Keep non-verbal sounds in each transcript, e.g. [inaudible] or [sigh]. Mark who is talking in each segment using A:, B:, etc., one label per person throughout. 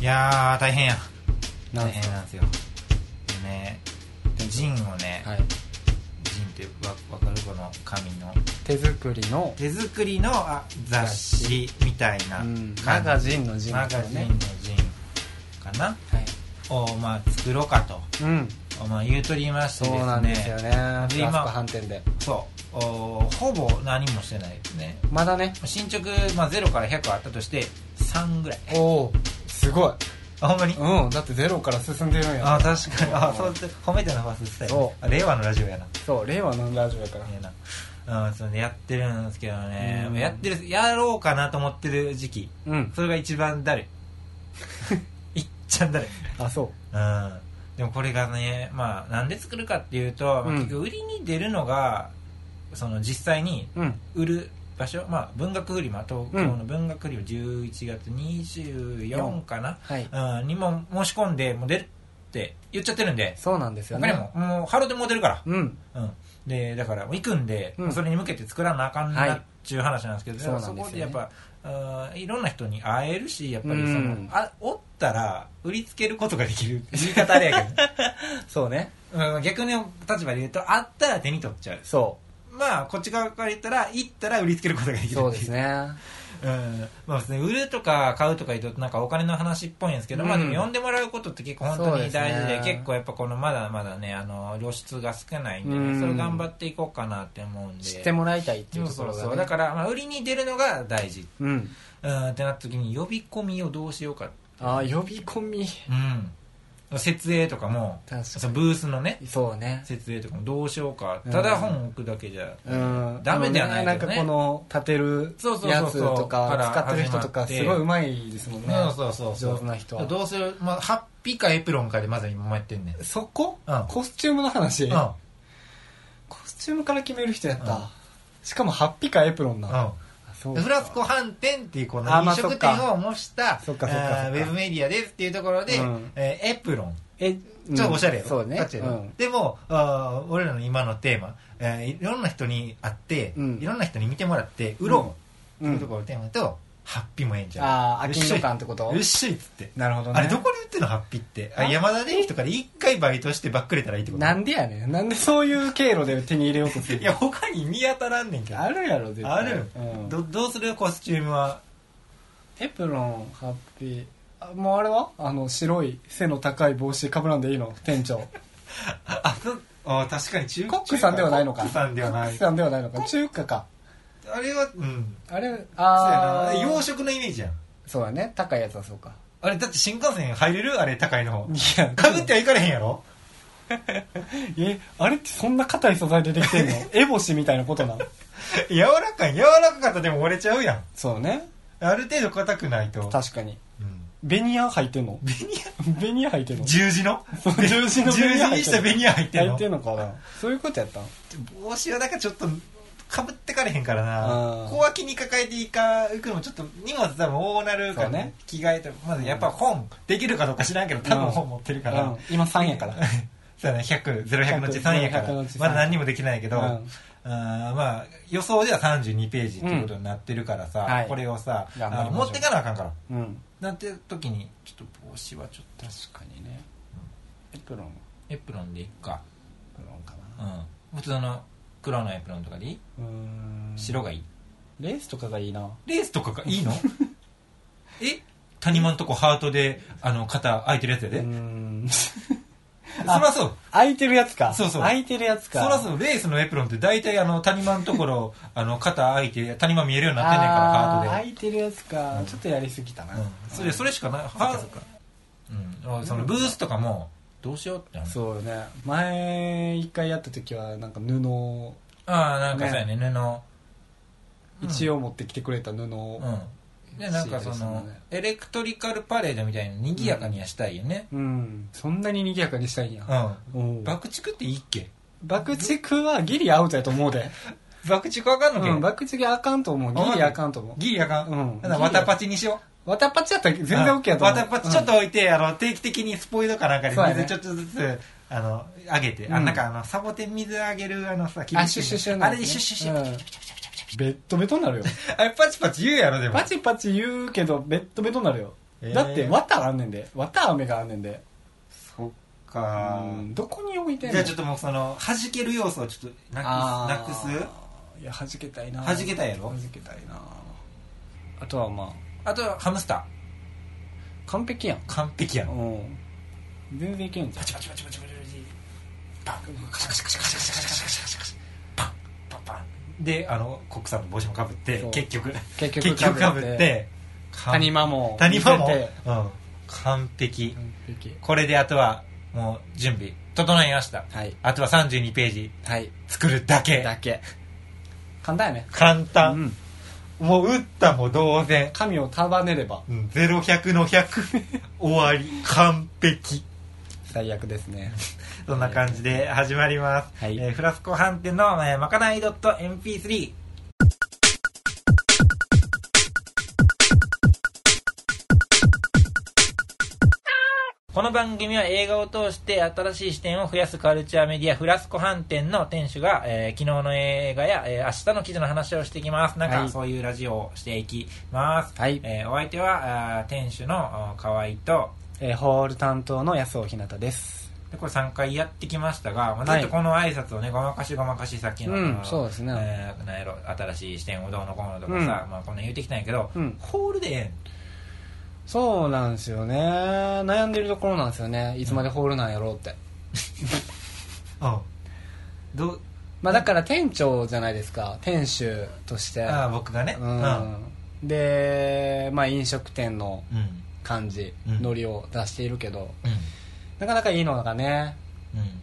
A: いやー大変や
B: な
A: 大
B: んす
A: 変
B: か
A: なんですよでねジンをね、
B: はい
A: ジンってわわかるこの紙の
B: 手作りの
A: 手作りのあ雑誌みたいな
B: う
A: 感じ、
B: んマガジンのジン
A: マ
B: で
A: ガ
B: す
A: ジン
B: ね
A: のジンかな
B: はい
A: を、まあ、作ろうかと、
B: うん
A: まあ、言うとりまして
B: そ
A: ですね
B: うなんですよねラス
A: で
B: カ
A: 今
B: 飯店で
A: そうおほぼ何もしてないですね
B: まだね
A: 進捗、まあ、0から100あったとして3ぐらい
B: おおすごい
A: あほんまに
B: うんだってゼロから進んでるんや
A: あ確かにあそうそう褒めてのファーストスタイル
B: そ
A: あ令和のラジオやな
B: そう令和のラジオやから
A: ええな、うん、それでやってるんですけどね、
B: うん
A: もうやってるやろうかなと思ってる時期
B: うん
A: それが一番だる
B: [laughs]
A: いいっちゃんだるい
B: あそ
A: うんでもこれがねまあなんで作るかっていうと、
B: うん
A: 結局売りに出るのがその実際に
B: ううん
A: 売る場所、まあ、文学フリマ東京の文学フリマ11月24かな、
B: はい
A: うん、にも申し込んでもう出るって言っちゃってるんで
B: そうなんです
A: お
B: よ
A: 金
B: ね
A: ももうハローでもう出るから
B: うん
A: うん、でだからもう行くんで、
B: うん
A: それに向けて作らなあかん
B: はい
A: なっちゅう話なんですけど、だから
B: そう
A: そ
B: なんで
A: こ
B: す
A: で
B: よ
A: やっ
B: ね
A: ぱ、うんいろんな人に会えるしやっぱりその、
B: うん
A: あおったら売りつけることができる
B: [laughs]
A: 言い方あれやけ
B: そうね
A: ど、うん、逆の立場で言うと会ったら手に取っちゃう
B: そ
A: まあこっち側から言ったら行ったら売りつけることができ
B: う
A: る
B: そうですね
A: うんまあ別に売るとか買うとか言うとなんかお金の話っぽいんですけど、まあ
B: う
A: で
B: ん
A: も呼んでもらうことって結構本
B: そ
A: 当
B: うで
A: に
B: すね
A: 大事で結構やっぱこのまだまだねあの露出が少ないんで、
B: うん
A: それ頑張っていこうかなって思うんで
B: 知ってもらいたいっていう
A: そうそ
B: ところ
A: う
B: がね
A: そうだから、まあ、売りに出るのが大事
B: うん
A: うんってなった時に呼び込みをどうしようか
B: ああ呼び込み
A: うん設営とかも
B: 確
A: そのブースのね
B: そうね
A: 設営とかもどうしようかただ本置くだけじゃ、
B: うん
A: ダメではない
B: なん
A: けど
B: か
A: ね
B: この立てる
A: そうそうそうそう
B: やつと
A: か
B: から使ってる人とか
A: 始まって
B: すごいうまいですもんね
A: そうそうそう
B: 上手な人は
A: どうせ、まあ、ハッピーかエプロンかでまず今迷ってんねん
B: そこ
A: うん
B: コスチュームの話
A: うん
B: コスチュームから決める人やっ
A: うん
B: たしかもハッピーかエプロンなあ
A: う
B: そ
A: ん、
B: う
A: フラスコ飯店っていうこの
B: あま
A: 飲
B: あそっ
A: 食
B: か
A: 店を模した
B: そっかそっか
A: あー
B: そっ
A: ウ
B: か
A: ェブメディアですっていうところで、
B: うん
A: えーエプロン
B: え
A: ちょっとおしゃれよ、
B: うんそうね
A: ガチやろ
B: うん
A: でもあー俺らの今のテーマ、えーいろんな人に会って、
B: うん
A: いろんな人に見てもらって売ろうっ
B: う
A: て
B: ん
A: いうところのテーマと、ハッピーもええんじゃん
B: ああ秋の感ってこと
A: うっしーっつって
B: なるほどね
A: あれどこで売ってんのハッピーってあ
B: あ
A: 山田電機とかで一回バイトしてばっくれたらいいってこと
B: なんでやねんなんでそういう経路で手に入れようとする
A: [laughs] いや他に見当たらんねんけど
B: あるやろ絶対
A: ある、
B: うん
A: どどうするコスチュームは
B: エプロンハッピーあもうあれはあの白い背の高い帽子かぶらんでいいの店長
A: ああそうあ確かに中
B: コックさんではないのか
A: コックさんではな
B: コッ
A: い
B: クさんではないのか中華か
A: あれはうん
B: あれ
A: そう
B: あ
A: やな
B: あ
A: 洋食のイメージやん
B: そうだね高いやつはそうか
A: あれだって新幹線入れるあれ高いの
B: いや
A: かぶってはいかれへんやろ
B: えあれってそんな硬い素材でできてんの [laughs] エボシみたいなことなの
A: 柔らかい柔らかかったらでも折れちゃうやん
B: そうね
A: ある程度硬くないと、
B: 確かに
A: うん
B: ベニヤ入ってんの
A: ベニ
B: [laughs] ベニヤ入ってん
A: ヤ
B: の
A: 十字の
B: そう十字の
A: 十
B: ベニヤ入ってる
A: 字にしたベニヤ入ってん
B: 入
A: の
B: ってんのかなそういうことやったん
A: 帽子はなんかちょっとかぶってかれへんから
B: う
A: なん小脇に抱えていか行くのもちょっと荷物多分多なるから
B: そう
A: ね
B: ね
A: 着替えてまずやっぱ本できるかどうか知らんけど多分本持ってるから、
B: うん今3やから
A: [laughs] そうやね10000100のうち3やから
B: 100
A: ま
B: のうち3
A: だ何にもできないけど、
B: うん
A: あーまあ予想では32ページっていうことになってるからさ、
B: うんはい
A: これをさ
B: 頑張
A: あ
B: りましょう
A: ー持ってかなあかんから
B: うん
A: なんて時にちょっと帽子はちょっと
B: 確かにねエプロンエ
A: エプロンでいっか
B: プロンかな
A: うん普通の黒のエプロンとかでいい、
B: うーん
A: 白がいい
B: レースとかがいいな
A: レースとかがいい
B: [laughs]
A: のえ谷間のとこハートであの肩開いてるやつや
B: う
A: で、
B: ーん [laughs]
A: そらそう
B: 空いてるやつか
A: そうそう
B: 空いてるやつ
A: そ
B: から
A: そうレースのエプロンって大体あの谷間のところあの肩開いて谷間見えるようになってんねんからハート
B: あー
A: で
B: 空いてるやつか、
A: うん
B: ちょっとやりすぎたな、
A: それそれしかないはうん、そのブースとかもどうしようってなる
B: そうよね前一回やった時はなんか布を
A: ああなんかそうやね布
B: 一
A: 応
B: 応持ってきてくれた布を
A: うんでなんかそ
B: シールで
A: の
B: すもんね
A: エレクトリカルパレードみたいに賑やかにはしたいよね
B: うん、そんなに賑やかにしたいんや
A: う
B: おうん
A: 爆竹っていいっけ
B: 爆竹はギリアウトやと思うで、
A: 爆竹あかんのけ、
B: うん、爆竹あかんと思うギリあかんと思う
A: ギリあかん、
B: うん
A: ただわたパチにしよう
B: わたっぱちやったら全然 OK やと思う
A: わたパチちょっと置いて、あの定期的にスポイドかなんか
B: そう
A: で
B: やね
A: 水ちょっとずつ、あの上げて、あ
B: うん
A: なんかあのサボテン水あげるあのさ
B: うんあシュッシュッシュの
A: あ
B: やつ
A: れ
B: ね
A: でシュッシュッシュ、
B: うんベッドベトになるよ
A: あれパチパチ言うやろでも
B: パチパチ言うけどベッドベトになるよ
A: えー
B: だって綿あんねんで綿飴があんねんで
C: そっか
B: うんどこに置いてんの
A: じゃあちょっともうその弾ける要素をちょっと
B: あ
A: なくす
B: ー
A: なくす
B: いや弾けたいな
A: 弾けたいやろ
B: 弾けたいなあとはまあ
A: あとはハムスタ
B: 完璧やん
A: ー完璧やん
B: うん全然いけんじゃ
A: パチパチパチパチパチパチパンカシャカシャカシャカシャカシャカシャカシャカシャパンパンパンであの国産の帽子もかぶって
B: そう
A: 結局
B: ん結
A: 結局かぶって
B: 谷間も
A: 谷間も
B: 見せて
A: うん完璧
B: 完璧
A: これであとはもう準備整いました
B: はい
A: あとは32ページ
B: はい
A: 作るだけ
B: だけ簡単やね
A: 簡
B: う
A: 単
B: ん
A: もう打ったも同然
B: 髪を束ねれば
A: うん0100の100終わり完璧
B: 最悪ですね
A: そんな感じで始まります。
B: はい
A: えーフラスコ飯店の、えーまかない .mp3。この番組は映画を通して新しい視点を増やすカルチャーメディアフラスコ飯店の店主が、えー昨日の映画や、えー明日の記事の話をしていきます。なん
B: は
A: か
B: い
A: そういうラジオをしていきます。
B: はい
A: えーお相手はあー店主のあー河合と
B: えーホール担当の安尾ひなたです
A: でこれ3回やってきましたが、まあ、
B: はい
A: ずっとこの挨拶をねごまかしごまかしさっきの、
B: うん
A: あの
B: そうですね
A: えーなんやろ新しい視点をどうのこうのとかさ、
B: う
A: まあ、こんなん言うてきたんやけど、
B: うん
A: ホールでえ
B: そうなんですよね悩んでるところなんですよねいつまでホールなんやろうって
A: えんうんどう
B: まあだから店長じゃないですか店主として
A: ああ僕がね
B: うんでまあ飲食店の
A: うん
B: 感じ、
A: うん
B: ノリを出しているけど
A: うん
B: なかなかいいのがね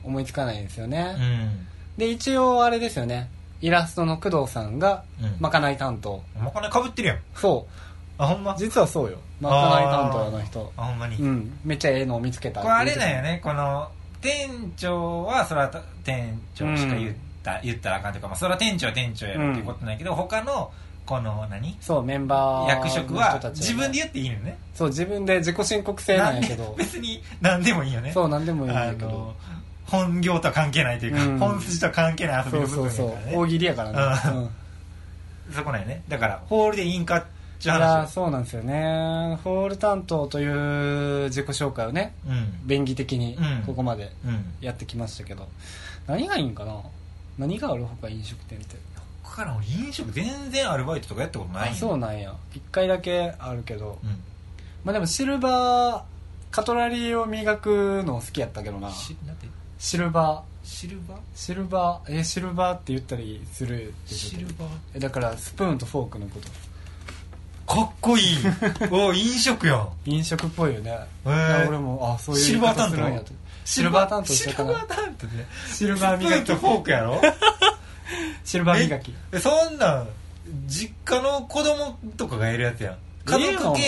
A: う
B: 思いつかないんですよね、
A: ん
B: で一応あれですよねイラストの工藤さんが
A: うん
B: まかない担当
A: うんまかないかぶってるやん
B: そう
A: あほんま
B: 実はそうよまかない担当の人
A: あほんまに、
B: うんめっちゃええのを見つけた
A: これあれだよねこの店長はそれは店長しか言った、言ったらあかんというか、まあ、それは店長は店長やろっていうことなんやけど、他のこの何
B: そうメンバー
A: 役職は
B: の人たちね
A: 自分で言っていいのね
B: そう自分で自己申告制なんやけど
A: [laughs] 別に何でもいいよね
B: そう何でもいいん
A: あ
B: やけど
A: の本業とは関係ないというか、
B: うん
A: 本筋とは関係ない遊び
B: そ
A: の
B: う
A: 部
B: そ
A: 分
B: う
A: だからね
B: そう大喜利やからね、
A: うん
B: うん
A: そこなんやねだからホールでいいんかって
B: いや
A: 話
B: そうなんですよねホール担当という自己紹介をね
A: うん
B: 便宜的に
A: うん
B: ここまで
A: うん
B: やってきましたけど、何がいいんかな何がある他飲食店って
A: ここから俺飲食全然アルバイトとかやったことない
B: あそううなんや一回だけあるけど
A: うん
B: まあでもシルバーカトラリーを磨くの好きやったけどな
A: しなんて
B: シルバ
A: シルバー
B: ーシルバーえシルバーって言ったりするってこと
A: シルバー
B: えだからスプーンとフォークのこと
A: かっこい
B: [laughs]
A: いお飲食やん
B: 飲食っぽいよね、
A: えー
B: 俺もあそういう
A: シルバー担当
B: 言い方するんやとシルバー担当し
A: シ
B: よう
A: ル
B: か
A: バ
B: な
A: ー担当ね
B: シルバ
A: ス
B: ー
A: プー
B: 磨
A: ンと
B: き
A: フォークやろ
B: シルバー磨き
A: えそんなん実家の子供とかがやるやつやん家族経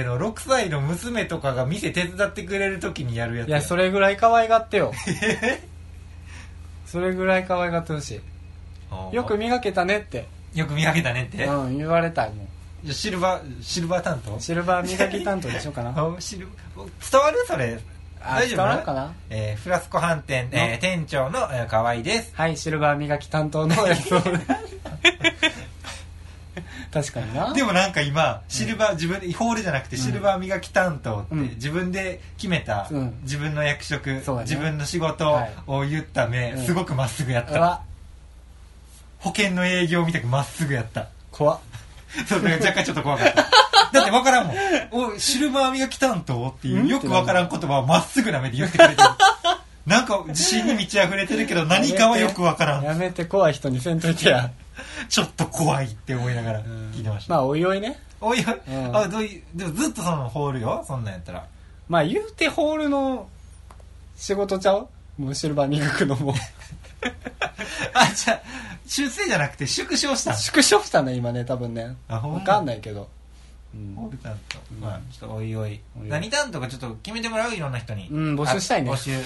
A: 営の6歳の娘とかが店手伝ってくれる時にやるやつ
B: い
A: や
B: やそれぐらい可愛がっ
A: [laughs]
B: てよそれぐらい可愛がってほし
A: あ
B: いよく磨けたねって、
A: よく見上げたねって
B: うん、言われたいも
A: じゃあシルバーシルバー担当
B: んシルバー磨き担当でしょうかな
A: あシル伝わるそれ
B: あ
A: [laughs] 大丈夫
B: 伝わるかな
A: えーフラスコ飯店、えー店長の、えー、河合です
B: はいシルバー磨き担当のやつ
A: [laughs]
B: を確かにな
A: でもなんか今シルバー自分でホールじゃなくてシルバー磨き担当って
B: うん
A: 自分で決めた
B: うん
A: 自分の役職
B: そうだね
A: 自分の仕事を言った目
B: うん
A: すごくまっすぐやっ
B: う
A: た
B: わ
A: 保険の営業みたくまっすぐやった
B: 怖っ
A: それ若干ちょっと怖か
B: [laughs]
A: っただって分からんもん「おシルバー磨き担当」ってい
B: ん
A: うよく分からん言葉をまっすぐな目で言ってくれてる
B: [laughs]
A: なんか自信に満ち溢れてるけど何かはよく分からん
B: やめて怖い人にせんといてや
A: ちょっと怖いって思いながら [laughs] 聞いてました、
B: まあおいおいね
A: おいおい、
B: うん
A: あどういうでもずっとそのホールよそんなんやったら
B: まあ言うてホールの仕事ちゃうもうシルバー磨くの [laughs] も
A: [laughs] あじゃあ出世じゃなくて縮小した
B: 縮小したね今ね多分ね
A: あほんま
B: わかんないけど、う
A: ホ
B: ん
A: ール担当、
B: うん
A: まあちょっとおいおい
B: おいおい
A: 何担当かちょっと決めてもらういろんな人に
B: うん募集したいね
A: あ募集 [laughs]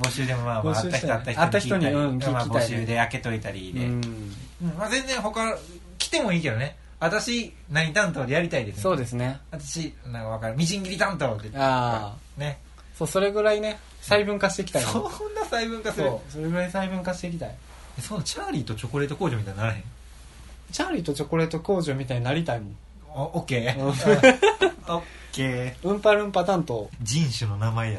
A: 募集でもまあまあ
B: 募
A: あっ
B: 集
A: た
B: し
A: 人あ
B: た
A: っ
B: いね
A: た人に聞いたり
B: あった人にうん聞きたいね
A: まあ募集で開けといたりで、
B: うん
A: うんまあ、全然他来てもいいけどね私何担当でやりたいです
B: そう
A: す
B: ですね
A: 私なんか分かるみじん切り担当で
B: あ
A: ね
B: あそうそれぐらいね細分化していきたいね
A: そんな細分化する
B: そうそれぐらい細分化していきたい
A: えそのチャーリーとチョコレート工場みたいにならへん
B: チャーリーとチョコレート工場みたいになりたいもん
A: おオッケ
B: うん
A: ー [laughs] あ
C: け
B: ウンパルンパ担当
C: 人種の名
B: [laughs]
C: 前や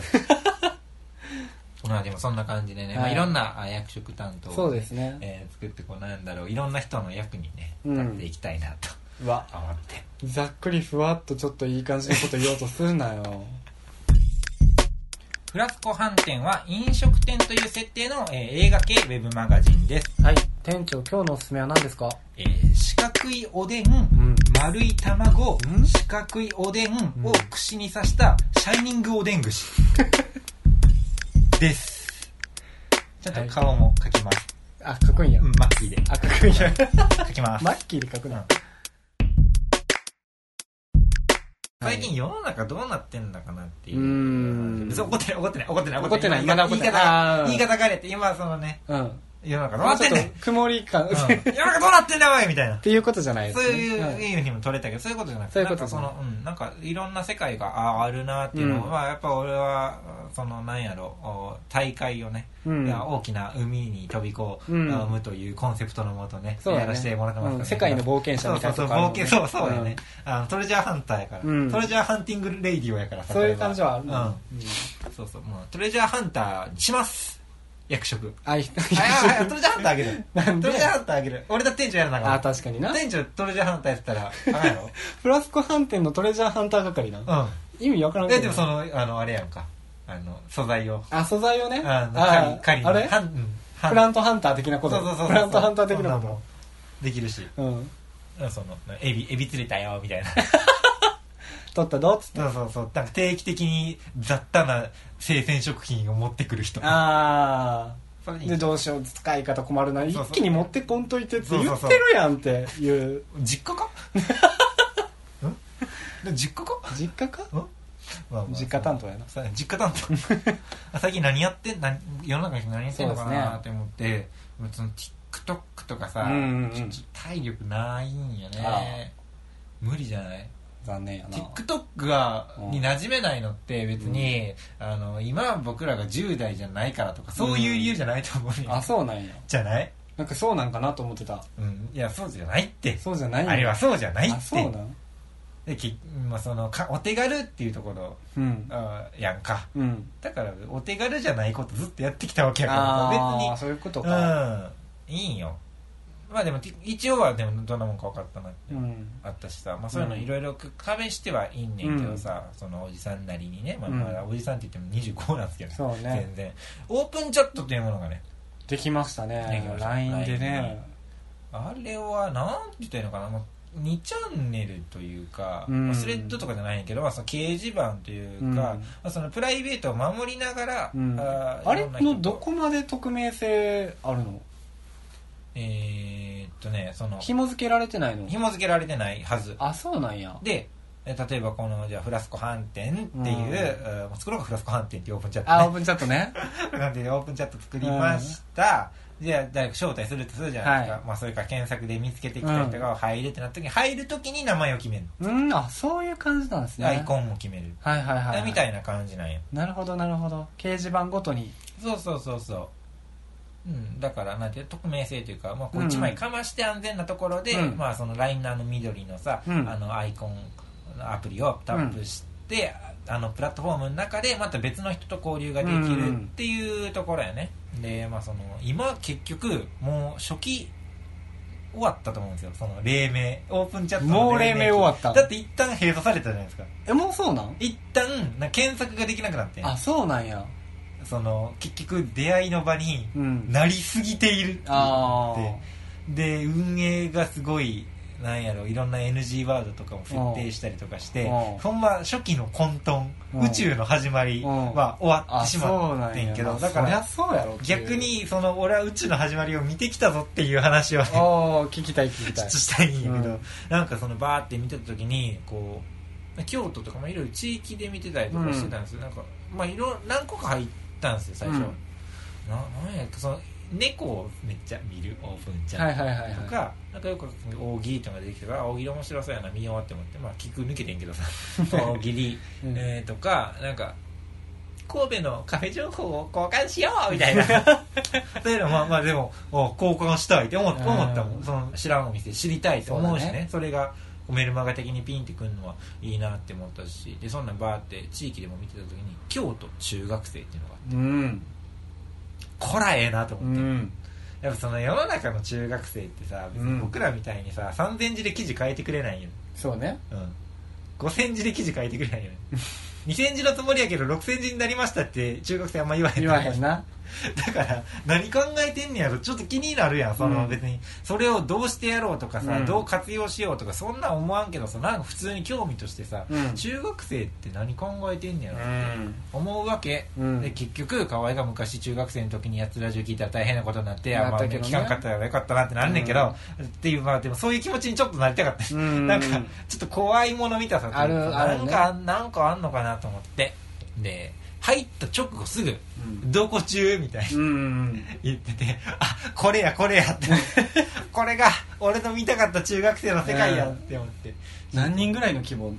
A: まあでもそんな感じでね、ま
B: は
A: あ、
B: い
A: いろんなあ役職担当を、
B: そうですね
A: えー作ってこうなんだろういろんな人の役にね
B: う
A: 立
B: ん
A: っていきたいなと
B: うわ
A: 思って、
B: ざっくりふわっとちょっといい感じのこと言おうとすんなよ
A: フラスコ飯店は飲食店という設定の、えー映画系ウェブマガジンです、
B: はい店長今日のおすすめは何ですか
A: えー四角いおでん、
B: ん
A: 丸い卵、
B: ん
A: 四角いおでんを串に刺したシャイニングおでん
B: [laughs]
A: 串ですちょっと顔も描きます、
B: あ書くんや、
A: うんマッキーで
B: あ書くんや
A: 描きます
B: マッキーで書くな、
A: うん最近世の中どうなってんだかなっていう
B: うーん
A: 別に怒ってない怒ってない怒ってない
B: 怒ってないまだ怒
A: 言
B: っ
A: い
B: てない
A: 方が
B: あー
A: 言い方がれて今そのね
B: うん
A: 世の中どう
B: ま
A: な
B: あ
A: っ
B: ち
A: てん
B: ょっと
A: ねん
B: 曇り感、
A: うん世
B: っ
A: の中どうなってんだよおいみたいな
B: ていうことじゃないです
A: そう
B: ね
A: いう
B: はい
A: いい日も取れたけどそういうことじゃなくて
B: そういうこと
A: なんかそのうんなんかいろんな世界があーあるなっていうの
B: う
A: は
B: ん
A: まあやっぱ俺はそのなんやろお大会をね
B: うん
A: いや大きな海に飛び込
B: うん
A: むというコンセプトのもとね
B: そうだね
A: やらせてもらってますから
B: う
A: ね
B: ん世界の冒険者みたいな
A: そう
B: と
A: そ
B: こ
A: う冒
B: あるもんね
A: 険そうそうやねあのトレジャーハンターやから
B: うん
A: トレジャーハンティングレイディオやからさ
B: そういう感じはある
A: う
B: もん
A: んそうそうもうトレジャーハンターにします役
B: [laughs]
A: 職
B: あい
A: あああトレジャーハンターあげる
B: なんで
A: トレジャーハンターあげる俺だって店長やらなあかん
B: [laughs] あ確かにな
A: 店長トレジャーハンターやってたらあかんや
B: [laughs]
A: ろ
B: フラスコ飯店のトレジャーハンター係な、意味わから
A: うんんえ
B: けど
A: でもそのあのあれやんかあの素材を
B: あ素材をね
A: あの
B: あ
A: 狩り狩りの
B: あれ
A: ハンうんハン
B: プラントハンター的なこ
A: そ
B: と
A: うそうそうそう
B: プラントハンター的
A: そん
B: なんこ
A: もできるし
B: とうん
A: うんそのエビエビ釣れたよみたいな
B: 取ったどっつって
A: そうそうそうなんか定期的に雑多な生鮮食品を持ってくる人
B: あ
A: それ
B: あ
A: に
B: でどうしよう使い方困るな
A: そう
B: 一
A: そう
B: 気に持ってこんといてって
A: そう
B: 言
A: そう
B: っ
A: そ
B: て
A: う
B: るやんっていう
A: 実 [laughs] 家かん実家か
B: 実家か
A: まあまあ
B: 実家担当やな
A: さ実家担
B: [laughs]
A: 当最近何やってん何世の中の人何やってんのか
B: そうです
A: な
B: ね
A: って思ってもうその TikTok とかさ、
B: うんうんうん
A: ちょっと体力ないんよ
B: ああ
A: ね無理じゃない
B: 残念やな
A: TikTok が
B: うん
A: に馴染めないのって別に、あの今僕らが10代じゃないからとかそういう理由じゃないと思うよ、
B: あそうなんや
A: じゃない、
B: なんかそうなんかなと思ってた
A: うん、いやそうじゃないって
B: そうじゃないんや
A: あれはそうじゃないっ
B: あそう
A: て
B: なん
A: でき、まあ、そのかお手軽っていうところ
B: うん
A: あやんか
B: うん
A: だからお手軽じゃないことずっとやってきたわけやから
B: ああ
A: 別
B: そういうこと
A: に
B: か
A: うんいいんよまあでもて一応はでもどんなもんか分かったな
B: うん
A: あったしさ、まあ、そういうの
B: うん
A: いろいろ試してはいいんねんけどさ、そのおじさんなりにね、まあ、まだおじさんって言っても25なんですけど、
B: そうね
A: 全然オープンチャットっていうものがね
B: できました
A: で
B: ね
A: きました
B: LINE でね
A: LINE あれはなんて言ったらいいのかな、まあ、2チャンネルというか、
B: うん
A: まあスレッドとかじゃないんやけど、まあ、その掲示板というか、
B: うん
A: まあ、そのプライベートを守りながら、
B: うん
A: あー
B: あ
A: い
B: れ
A: ろんな人と
B: のどこまで匿名性あるの
A: えーっとねその
B: 紐付けられてないの
A: 紐付けられてないはず
B: あそうなんや
A: でえ例えばこのじゃあフラスコ飯店っていう、
B: うん
A: えー作ろうかフラスコ飯店っていうオープンチャット、ね、
B: あオープンチャットね
A: [laughs] なんでオープンチャット作りました、じゃあ誰か招待するとするじゃないですか、
B: は
A: まあ、それから検索で見つけてきた人が入るってなった時に入る時に名前を決めるの、
B: うんあそういう感じなんですね
A: アイコンも決める、
B: はいはいはい、はい、
A: みたいな感じなんや
B: なるほどなるほど掲示板ごとに
A: そうそうそうそううん、だからなんていう匿名性というか、まあ、こう
B: うん
A: 1枚かまして安全なところで、
B: うん
A: まあ、そのラインナーの緑のさ、
B: うん
A: あのアイコンのアプリをタップして、あのプラットフォームの中でまた別の人と交流ができるっていうところやね、で、まあ、その今結局もう初期終わったと思うんですよその黎明オープンチャットの
B: もう黎明終わった
A: だって一旦閉鎖されたじゃないですか
B: えもうそうなん
A: 一旦なんか検索ができなくなって
B: あそうなんや
A: その結局出会いの場に
B: うん
A: なりすぎているって
B: あ
A: で運営がすごいなんやろいろんな NG ワードとかも設定したりとかして
B: うん
A: ほんま初期の混沌
B: うん
A: 宇宙の始まりは終わっ
B: あ
A: てし
B: そう
A: ま
B: な
A: っ
B: ん
A: てん
B: や
A: けど
B: まあ
A: だか
B: そりゃ
A: ら
B: そうやろっていう
A: 逆にその俺は宇宙の始まりを見てきたぞっていう話をね
B: おお聞きたい聞
A: ちょ
B: きた
A: っ
B: い
A: としたいんやけど、
B: うん
A: なんかそのバーって見てた時にこう京都とかもいろいろ地域で見てたりとかしてたんですよ、なんかまあいろ何個か入ったんですよ最初、
B: うん
A: ななんやっけその猫をめっちゃ見るオープンちゃん
B: はいはいはい
A: と
B: は
A: か、なんかよく大喜利とか出てきたから大喜利面白そうやな見ようって思ってまあ聞く抜けてん [laughs] けどさ大喜利、
B: い、うん
A: えー、とかなんか神戸のカフェ情報を交換しようみたいな [laughs] そういうのまあまあでもお交換したいって思っ
B: うん
A: 思ったもんその知らんお店知りたいと思うしね
B: そうだね
A: それがメルマガ的にピンってくるのはいいなって思ったしでそんなんバーって地域でも見てた時に京都中学生っていうのが
B: うん
A: こらええなと
B: う
A: 思って、
B: ん
A: やっぱその世の中の中学生ってさ別に僕らみたいにさ3000字で記事変えてくれないよ、
B: そ
A: [laughs]
B: うね
A: うん、5000字で記事変えてくれないよ
B: [laughs]
A: ね2000字のつもりやけど6000字になりましたって中学生あんま言わへん
B: 言わへんな
A: だから何考えてんねやろちょっと気になるやんその、
B: うん
A: 別にそれをどうしてやろうとかさ、
B: うん
A: どう活用しようとかそんなん思わんけどさなんか普通に興味としてさ、
B: うん
A: 中学生って何考えてんねやろ、
B: うん
A: 思うわけ、
B: うん
A: で結局河合が昔中学生の時にやつラジオ聞いたら大変なことになって、
B: な
A: あ
B: っ
A: まあ
B: たけどね
A: 聞かんかったらよかったなってなんねんけど、っていうまあでもそういう気持ちにちょっとなりたかった、
B: う
A: [laughs]
B: ん
A: なんかちょっと怖いもの見たさというか
B: あるあるね
A: なんかなんかあんのかなと思ってで入った直後すぐ
B: う
A: 「
B: ん
A: どこ中?」みたいな
B: うん
A: 言ってて「あこれやこれや」ってこれが俺の見たかった中学生の世界やって思って
B: 何人ぐらいの規模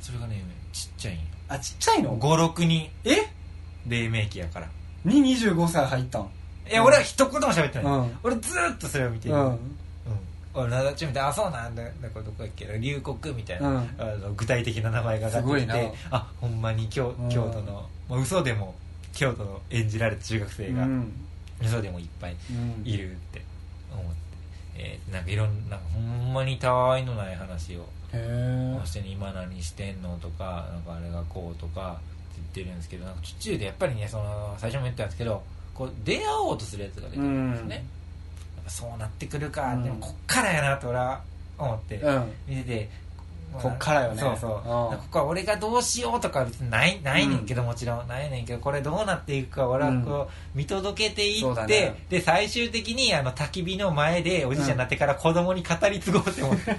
A: それがねちっちゃいんよ
B: あちっちゃいの
A: 56人
B: え
A: 黎明期やから
B: に25歳入ったん
A: いや俺は一言も喋ってない、
B: うん
A: 俺ずーっとそれを見て
B: う
A: る、うん
B: ん
A: 俺名立ちみたいなあそうなんだだからどこやっけ龍谷みたいな、
B: うん
A: あの具体的な名前が上がってき
B: すごい
A: て
B: な
A: あほんまに京
B: うん
A: 京都の、もう嘘でも京都の演じられた中学生が、
B: うん
A: 嘘でもいっぱい
B: うん
A: いるって思って、えーなんかいろんなほんまにたわいのない話を
B: へえ
A: そして今何してんのとかなんかあれがこうとかって言ってるんですけどなんか途中でやっぱりねその最初も言ったんですけどこう出会おうとするやつが出てくるんですね、やっぱそうなってくるか、
B: うん
A: でもこっからやなと俺は思って、
B: うん
A: 見てて
B: こっからよね
A: そうそう
B: うん
A: ここは俺がどうしようとかは別にないないねんけど、もちろんないねんけどこれどうなっていくか俺はこう見届けてい
B: そう
A: っ
B: だ
A: て、
B: ね
A: で最終的にあの焚き火の前でおじいちゃんになってから子供に語り継ごうって思
B: [laughs]
A: って、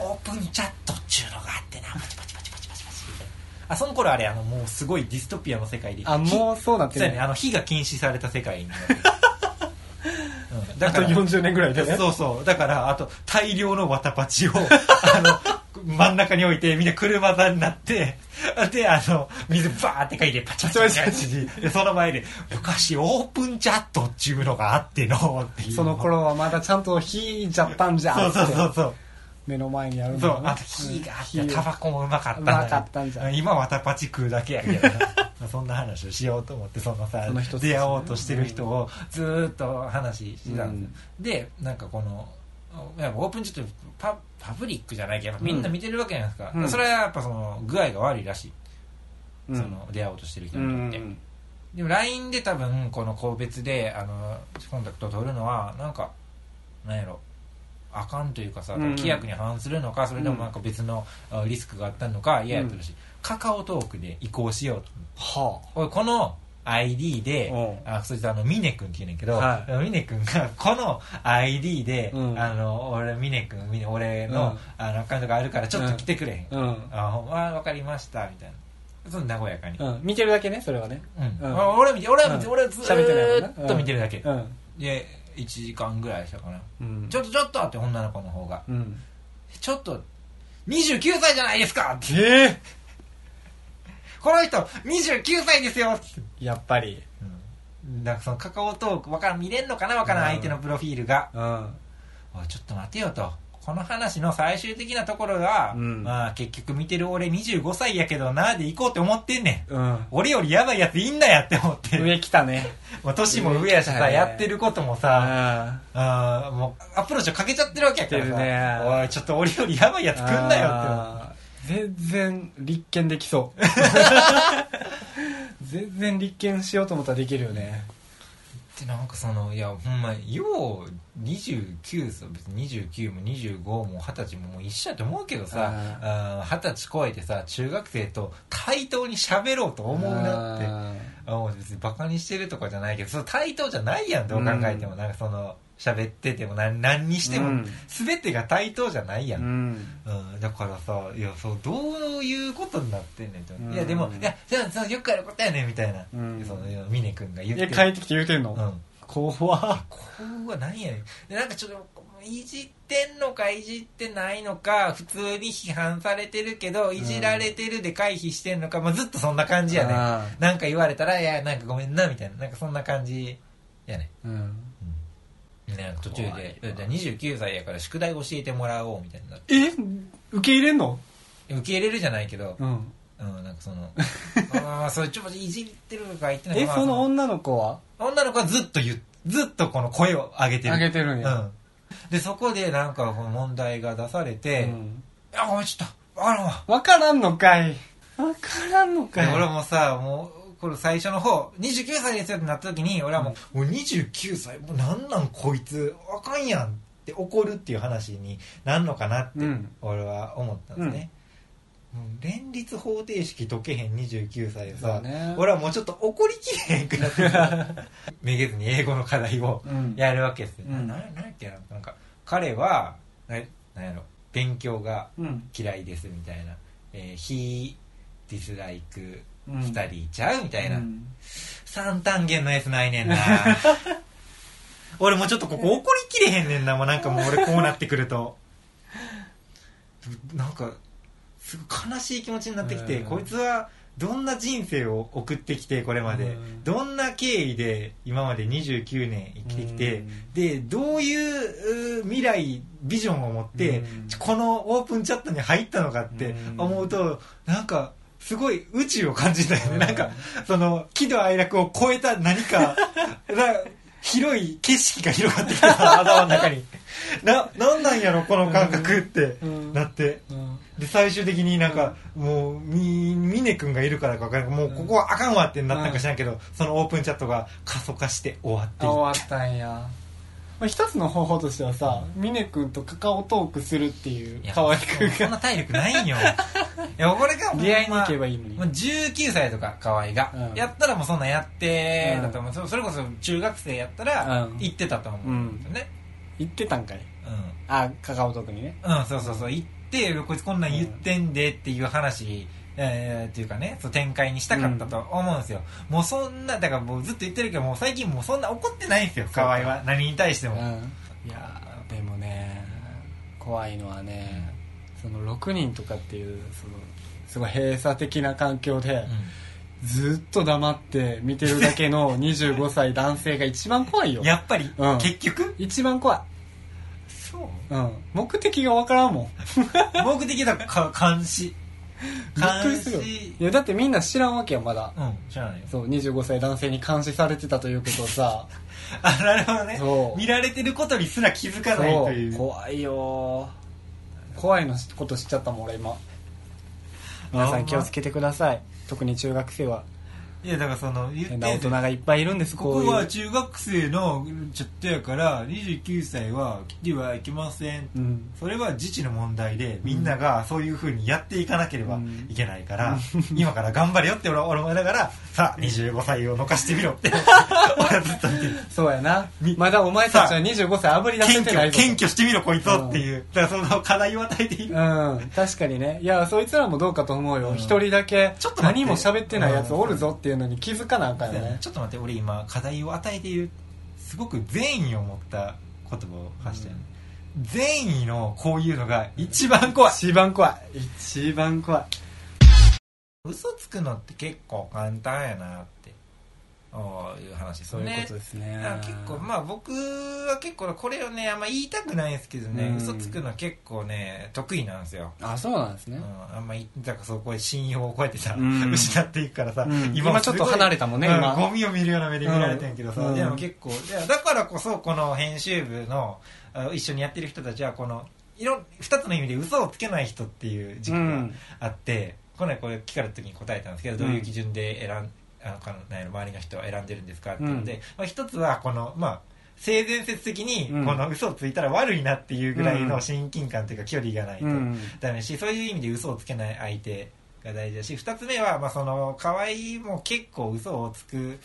A: オープンチャットっちゅうのがあってなパチパチパチパチパチパチみたいなあその頃あれあのもうすごいディストピアの世界で
B: あもうそうなって
A: そうやね
B: る
A: あの火が禁止された世界になってる、うん
B: あと40年ぐらいでね
A: そうそう。だから、あと、大量のワタパ
B: [laughs]
A: チを、あの、真ん中に置いて、みんな車座になって、で、あの、水バーってかいて、パチパチパチパチ。で、その前で、昔オープンチャットっていうのがあっての、っていう
B: その。頃はまだちゃんと引いちゃったんじゃ
A: そ
B: ん
A: う
B: って
A: そうそうそう。
B: 目の前にあるんだ
A: そう
B: よね
A: あと火があって
B: 火
A: タバコもうまかった
B: うまかったんじゃん
A: 今はタパチ食うだけやけどなまあそんな [laughs] 話をしようと思ってそのさ
B: その一つですね
A: 出会おうとしてる人をずーっと話してたんですよ、でなんかこのいやオープンチャットパパブリックじゃないけどみんな見てるわけじゃないですか、
B: うん
A: それはやっぱその具合が悪いらしい、
B: うん
A: その出会おうとしてる人
B: う
A: にとっ
B: ん
A: て、でも LINE で多分この個別であのコンタクトを取るのはなんかなんやろあかんというかさ
B: うん
A: 規約に反するのかそれでもなんか別のあリスクがあったのか嫌やったらしい、カカオトークで移行しようと
B: は
A: おいこの ID で
B: う
A: あそいつあの峰君って言うねんけど、
B: は
A: 峰君がこの ID で、
B: うん
A: あの俺峰君峰俺の,、
B: うん
A: あのアカウントがあるからちょっと来てくれへん、
B: あうん
A: あほんまわかりましたみたいなその和やかに、
B: うん見てるだけねそれはね
A: うん
B: うん
A: あ俺は見て俺は見て、
B: うん
A: 俺はず
B: 喋ってないもん
A: ー
B: な
A: っと見てるだけ、
B: うん
A: で1時間ぐらいしたかな、
B: うん
A: ちょっとちょっとって女の子の方が
B: うん
A: ちょっと29歳じゃないですかって
B: ええ
A: この人29歳ですよって、
B: やっぱり
A: うん、なんかそのカカオトークわからん見れんのかなわからん
B: うん
A: 相手のプロフィールが、
B: うん
A: おいちょっと待てよとこの話の最終的なところが、
B: うん
A: まあ結局見てる俺25歳やけどなで行こうって思ってんねん
B: うん
A: 俺よりやばいやついんなやって思って、
B: 上来たね
A: まあ、年も上やしさ、
B: はい
A: やってることも
B: う
A: さ、
B: ん
A: [laughs] あーもうアプローチをかけちゃってるわけやから
B: してるね
A: さ、おいちょっと俺よりやばいやつ来んなよ
B: あー全然立件できそう
A: [laughs]
B: 全然立件しようと思ったらできるよね
A: ってでなんかそのいやほんまよう29歳別に29も25も20歳ももう一緒やと思うけどさあー二十歳超えてさ中学生と対等に喋ろうと思うなって
B: て
A: あもう別にバカにしてるとかじゃないけどその対等じゃないやんどう考えても、なんかその喋ってても何何にしても、
B: うん
A: 全てが対等じゃないやん
B: うん
A: うん、だからさいやそうどういうことになってんねんって、
B: うん
A: いやでもいやじゃあそうよくあることやねんみたいな、
B: うん
A: そのいや峰君が言って
B: え帰ってきて言うてんの、
A: うん
B: 怖っ
A: こうはなんやねんでなんかちょっといじってんのかいじってないのか普通に批判されてるけどいじられてるで回避してんのか、まあ、ずっとそんな感じやねん
B: あ
A: なんか言われたらいやなんかごめんなみたいななんかそんな感じやねん
B: ーうん
A: ね、途中
B: 怖い
A: で「じゃあ29歳やから宿題教えてもらおう」みたいになって
B: え受け入れんの
A: 受け入れるじゃないけど、
B: うん。
A: うん、なんかその、 [laughs] ああ、それちょっといじってるとか言ってない
B: え、
A: まあ
B: その女の子は
A: 女の子はずっと言う、ずっとこの声を上げてる。
B: あげてるん
A: う
B: や。
A: ん。で、そこでなんかこの問題が出され
B: う
A: て、い
B: ん。
A: や、お前ちょっと、わからんわ。
B: わからんのかい。わからんのか
A: で
B: い。
A: 俺もさ、もう、これ最初の方、29歳ですよってなった時に、俺はもう、もう29歳、もうなんなんこいつ、あかんやんって怒るっていう話になんのかなって
B: うん、
A: 俺は思ったんですね。もう連立方程式解けへん29歳を
B: そう
A: さ、
B: ね。
A: 俺はもうちょっと怒りきれへんくなって [laughs] さめげずに英語の課題を
B: うん。
A: やるわけですよ。
B: う
A: なんなんやっけな、なんか、彼は、ななんやろ、勉強が
B: うん。
A: 嫌いですみたいな、えー、he dislike
B: うん
A: 二人いちゃうみたいな、
B: うん
A: 三単元の S ないね
B: [laughs]
A: んな俺もうちょっとここ怒りきれへんねんなもうなんかもう俺こうなってくるとなんかすごい悲しい気持ちになってきて、
B: うん
A: こいつはどんな人生を送ってきてこれまで、
B: うん
A: どんな経緯で今まで29年生きてきて、
B: うん
A: でどういうう未来ビジョンを持って、
B: うん
A: このオープンチャットに入ったのかって思うと、なんかすごい宇宙を感じたよね、
B: うん
A: なんかその喜怒哀楽を超えた何
B: [laughs]
A: かな広い景色が広がってきた
B: [laughs]
A: さ頭の中にななんなんやろこの感覚って、
B: うん
A: なって
B: うん
A: で最終的になんか、もうみ峰君がいるからか分からんもうここはあかんわってなったんか知らんけど、そのオープンチャットが過疎化して終わって
B: あ
A: いっ
B: 終わったんや、まあ、一つの方法としてはさ峰君とカカオトークするっていう
A: いや
B: 河合君
A: そん
B: が
A: な体力ないん
B: [laughs]
A: よいやこれが
B: 出会いに行けば
A: い
B: いいのに、
A: もう19歳とか河合が、
B: うん
A: やったらもうそんなんやって
B: うん
A: だと思うそそれこそ中学生やったら
B: うん
A: 行ってたと思うんだよね
B: 行ってたんかい
A: うん、
B: あカカオトークにね
A: うん、そうそうそう行ってこいつこんなん言ってんでっていう話、えーっていうかねそう展開にしたかったと思うんですよ、もうそんなだからもうずっと言ってるけどもう最近もうそんな怒ってないんですよ河合は何に対して
B: う
A: も、
B: んいやーでもね怖いのはねその6人とかっていうそのすごい閉鎖的な環境で、ずっと黙って見てるだけ
A: [laughs]
B: の25歳男性が一番怖いよ
A: うんやっぱり、
B: うん
A: 結局
B: 一番怖い、
A: そう
B: うん、目的がわからんもん
A: 僕的だか [laughs] 監視
B: びっくりするよいやだってみんな知らんわけよまだ
A: うん知らないよ
B: そう25歳男性に監視されてたということをさ
A: [laughs] あなるほどね
B: そう
A: 見られてることにすら気づかないとい
B: そう
A: う
B: 怖いよ怖いのこと知っちゃったもん俺今皆さん気をつけてください特に中学生はい
A: やだからその言って
B: 変
A: ん
B: な
A: だ
B: 大
A: よ
B: 人がいっぱいいるんです
A: こ
B: こう
A: こ
B: い
A: は
B: う
A: 中学生のちょっとやから29歳は来てはいけません
B: うん
A: それは自治の問題でみんながそういうふうにやっていかなければ
B: うん
A: いけないから、 [laughs] 今から頑張れよって俺は俺もだからさあ25歳を残してみろって
B: [laughs]
A: 俺はずっと言ってる
B: そうやな
A: み
B: まだお前たちは25歳あぶり出せ
A: 謙
B: てない
A: 虚
B: ぞ
A: 謙虚してみろこいつをっていう、だからその課題を与えている
B: うん確かにねいやそいつらもどうかと思う
A: う
B: よ
A: ん
B: 一、人だけ
A: ちょっと待って
B: 何も喋ってないやつおるぞっていうのに気づかなあかんよね
A: ちょっと待って俺今課題を与えているすごく善意を持った言葉を発したよね、善意のこういうのが一番怖い
B: 一番怖い一番怖い
A: 嘘つくのって結構簡単やなってああいう話です
B: そう
A: ね
B: いうことですね
A: あ結構まあ僕は結構これをねあんま言いたくないんですけどね、
B: うん
A: 嘘つくの結構ね得意なんですよ、
B: あそうなんですね
A: う、ん、あんま言だからそうこう信用をこうやってさ、
B: うん
A: 失っていくからさ、
B: うん
A: 今
B: 今ちょっと離れたもんね今
A: ゴミを見るような目で見られてんやけどさ、
B: うん
A: でも結構いやだからこそこの編集部のあ一緒にやってる人たちはこのいろ2つの意味で嘘をつけない人っていう軸があって、この間これ聞かれた時に答えたんですけどどういう基準で選んあのかなんやろ周りの人は選んでるんですかっていうので、
B: う
A: まあ、一つはこのまあ性善説的に
B: うん
A: この嘘をついたら悪いなっていうぐらいうの
B: ん
A: 親近感というか距離がないと、ダメだしそういう意味で嘘をつけない相手が大事だし二つ目は、まあ、その河合も結構嘘をつく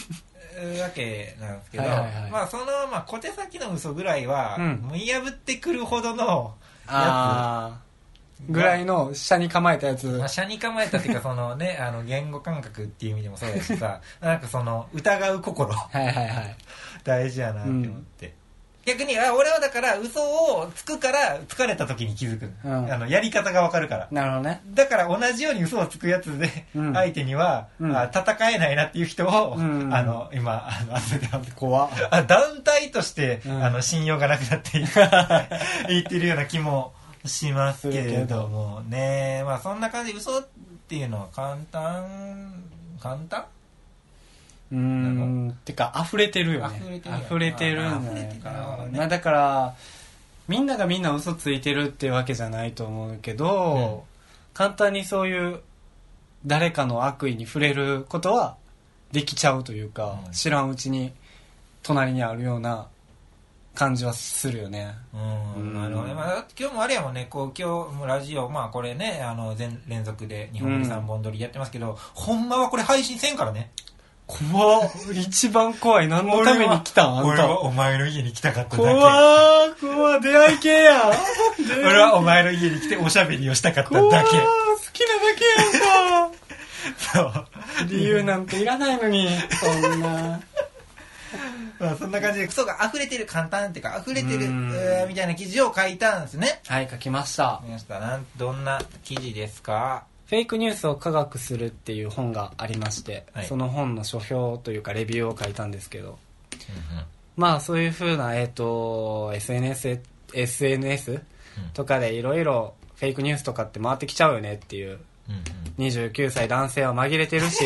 A: [laughs] えーわけなんですけど
B: はいはいはい
A: まあその、まあ、小手先の嘘ぐらいは、
B: うん
A: もう見破ってくるほどの
B: あーぐらいの下に構えたやつ、
A: まあ、車に構えたっていうかそのね [laughs] あの言語感覚っていう意味でもそうだしさ [laughs] なんかその疑う心 [laughs]
B: はいはいはい
A: 大事やなって思って、逆にあ俺はだから嘘をつくから疲れた時に気づく、
B: うん
A: あのやり方がわかるから
B: なるほどね
A: だから同じように嘘をつくやつで、
B: うん
A: 相手には、
B: うん
A: あ戦えないなっていう人を、
B: うん
A: あの今あの汗であの
B: 怖
A: あ団体として、
B: うん [laughs]
A: あの信用がなくなっていいってるような気もしますけれどもねまあそんな感じ嘘っていうのは簡単簡単
B: うーんてか溢れてるよね
A: 溢れてるよね
B: 溢れてるん
A: あ
B: だ
A: 溢れ
B: よ
A: てるからね
B: まあだからみんながみんな嘘ついてるってわけじゃないと思うけど、簡単にそういう誰かの悪意に触れることはできちゃうというか、
A: うん
B: 知らんうちに隣にあるような感じはするよね
A: う、
B: うんん
A: なるほどね、まあ、だって今日もあれやもんねこう今日もラジオまあこれねあの全連続で日本に3本撮りやってますけど、ほんまはこれ配信せんからね
B: 怖っ一番怖い何のために来たんあん
A: 俺は
B: た
A: お前の家に来たかっただけ
B: 怖っ怖っ出会い系
A: [laughs]
B: やん
A: 俺はお前の家に来ておしゃべりをしたかっただけ
B: 怖っ好きなだけやんか
A: そう
B: [laughs] 理由なんていらないのにそんな
A: まあそんな感じでクソが溢れてる簡単っていうか溢れてる
B: うん
A: えーみたいな記事を書いたんですね
B: はい書きました
A: 皆さんなんどんな記事ですか
B: 「フェイクニュースを科学する」っていう本がありまして、
A: はい
B: その本の書評というかレビューを書いたんですけどまあそういうふうな、えっと SNS, SNS とかでいろいろフェイクニュースとかって回ってきちゃうよねっていう29歳男性は紛れてる [laughs] し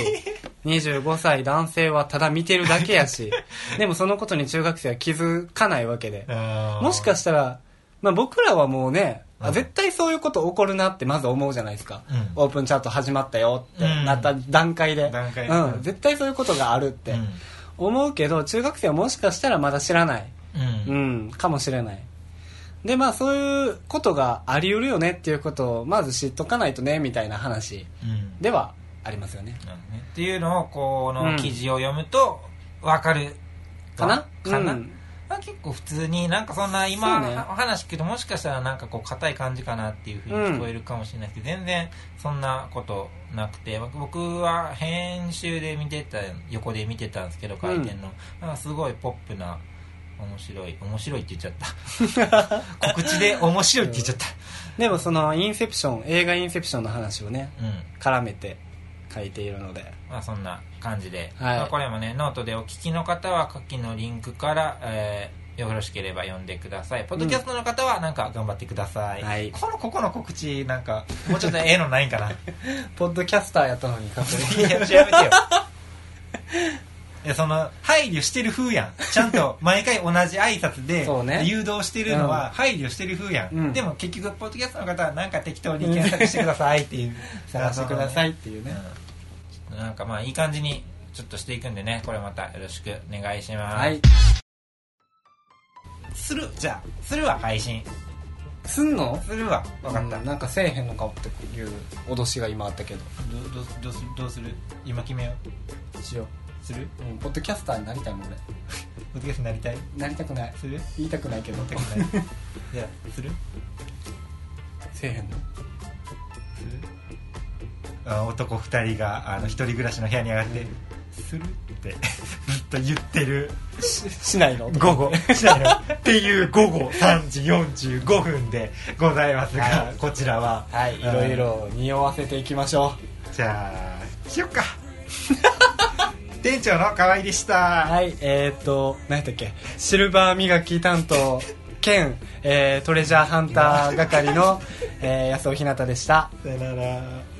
B: 25歳男性はただ見てるだけやしでもそのことに中学生は気づかないわけでもしか
A: し
B: したら、まあ、僕らはもうね、あ
A: うん
B: 絶対そういうこと起こるなってまず思うじゃないですか、
A: うん
B: オープンチャート始まったよってなった段階で、
A: うん段階で
B: うん、絶対そういうことがあるって思うけど中学生はもしかしたらまだ知らない、
A: うん
B: う
A: うん
B: ん、かもしれないでまあそういうことがあり得るよねっていうことをまず知っとかないとねみたいな話
A: うん
B: ではありますよね
A: なんかねっていうのをこ
B: う
A: の
B: ん
A: 記事を読むと分かる
B: かな
A: かな、
B: うん
A: まあ結構普通になんかそんな今、
B: そうね
A: 話聞くともしかしたらなんかこう硬い感じかなっていうふうに聞こえるかもしれないですけど、全然そんなことなくて僕僕は編集で見てた横で見てたんですけど回転の、なんかすごいポップな面白い面白いって言っちゃった
B: [laughs]
A: 告知で面白いって言っちゃった
B: でもそのインセプション映画インセプションの話をね
A: うん
B: 絡めて書いているので
A: まあそんな感じで、
B: はい
A: まあこれもねノートでお聞きの方は下記のリンクから、えーよろしければ読んでくださいポッドキャストの方はなんか頑張ってください、
B: はい
A: このここの告知なん
B: [laughs]
A: かもうちょっとええのないんかない
B: ポッドキャスターやったのにかっこいい
A: や調べてよいやその配慮してる風やんちゃんと毎回同じ挨拶で
B: [laughs] そうね
A: 誘導してるのは配慮してる風やん、
B: うん
A: でも結局ポッドキャストの方はなんか適当に検索してくださいっていう
B: 探してくださいっていうね
A: うんなんかまあいい感じにちょっとしていくんでねこれまたよろしくお願いします、
B: はい
A: するじゃあするは配信
B: すんの
A: するは分かった、
B: うんなんかせえへんのかっていう脅しが今あったけど
A: どどうすどうするどうする今決めよう
B: しよ
A: する
B: う、うん、ポッドキャスターになりたいもん俺
A: ポッドキャストになりたい
B: なりたくない
A: する
B: 言いたくないけど
A: なりたく [laughs] ないじゃあする
B: せえへ
A: す
B: んの
A: るあ男2人があの一人暮らしの部屋に上がって、するってずっと言ってる
B: し [laughs] しないの
A: 午後っていう午後3時45分でございますが、
B: はい
A: こちらは
B: はいいろいろ匂わせていきましょ
A: じゃあしよっか店長の河合でし
B: う
A: た
B: はいえー、っと何やったっけシルバー磨き担当兼、えートレジャーハンター係の、えー、安尾ひなたでした
A: さよなら